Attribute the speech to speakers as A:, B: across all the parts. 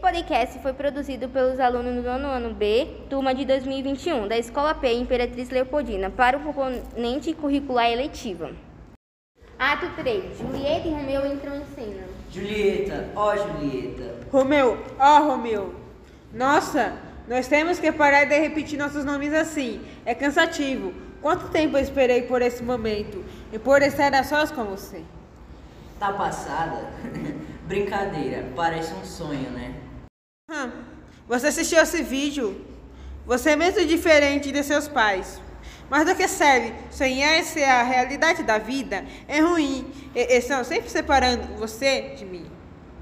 A: podcast foi produzido pelos alunos do nono ano B, turma de 2021, da Escola P Imperatriz Leopoldina, para o componente curricular eletiva. Ato 3. Julieta e Romeu entram em cena.
B: Julieta, ó Julieta.
C: Romeu, ó Romeu. Nossa, nós temos que parar de repetir nossos nomes assim. É cansativo. Quanto tempo eu esperei por esse momento e por estar a sós com você?
B: Tá passada? Brincadeira, parece um sonho, né?
C: Hum, você assistiu esse vídeo? Você é mesmo diferente de seus pais. Mas do que serve? Sonhar se a realidade da vida é ruim. E, estão sempre separando você de mim.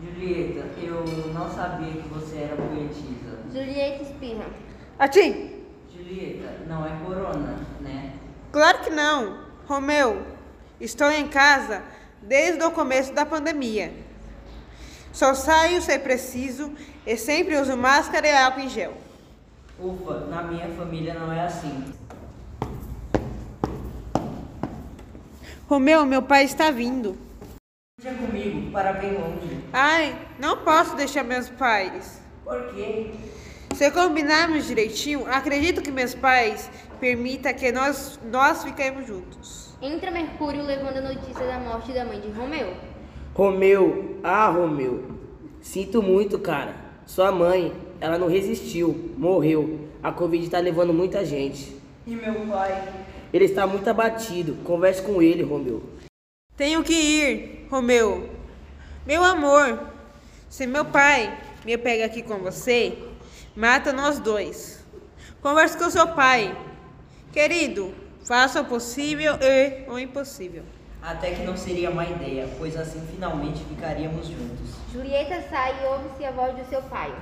B: Julieta, eu não sabia que você era poetisa.
A: Julieta espirra.
C: Atim!
B: Julieta, não é corona, né?
C: Claro que não. Romeu, estou em casa desde o começo da pandemia. Só saio se preciso e sempre uso máscara e álcool em gel.
B: Ufa, na minha família não é assim.
C: Romeu, meu pai está vindo.
B: Seja comigo, para bem longe.
C: Ai, não posso deixar meus pais.
B: Por quê?
C: Se combinarmos direitinho, acredito que meus pais permitam que nós, nós fiquemos juntos.
A: Entra Mercúrio levando a notícia da morte da mãe de Romeu.
D: Romeu, ah, Romeu. Sinto muito, cara. Sua mãe, ela não resistiu, morreu. A Covid tá levando muita gente.
B: E meu pai?
D: Ele está muito abatido. Converse com ele, Romeu.
C: Tenho que ir, Romeu. Meu amor, se meu pai me pega aqui com você, mata nós dois. Converse com seu pai. Querido, faça o possível e o impossível.
B: Até que não seria má ideia, pois assim finalmente ficaríamos juntos.
A: Julieta sai e ouve-se a voz do seu pai.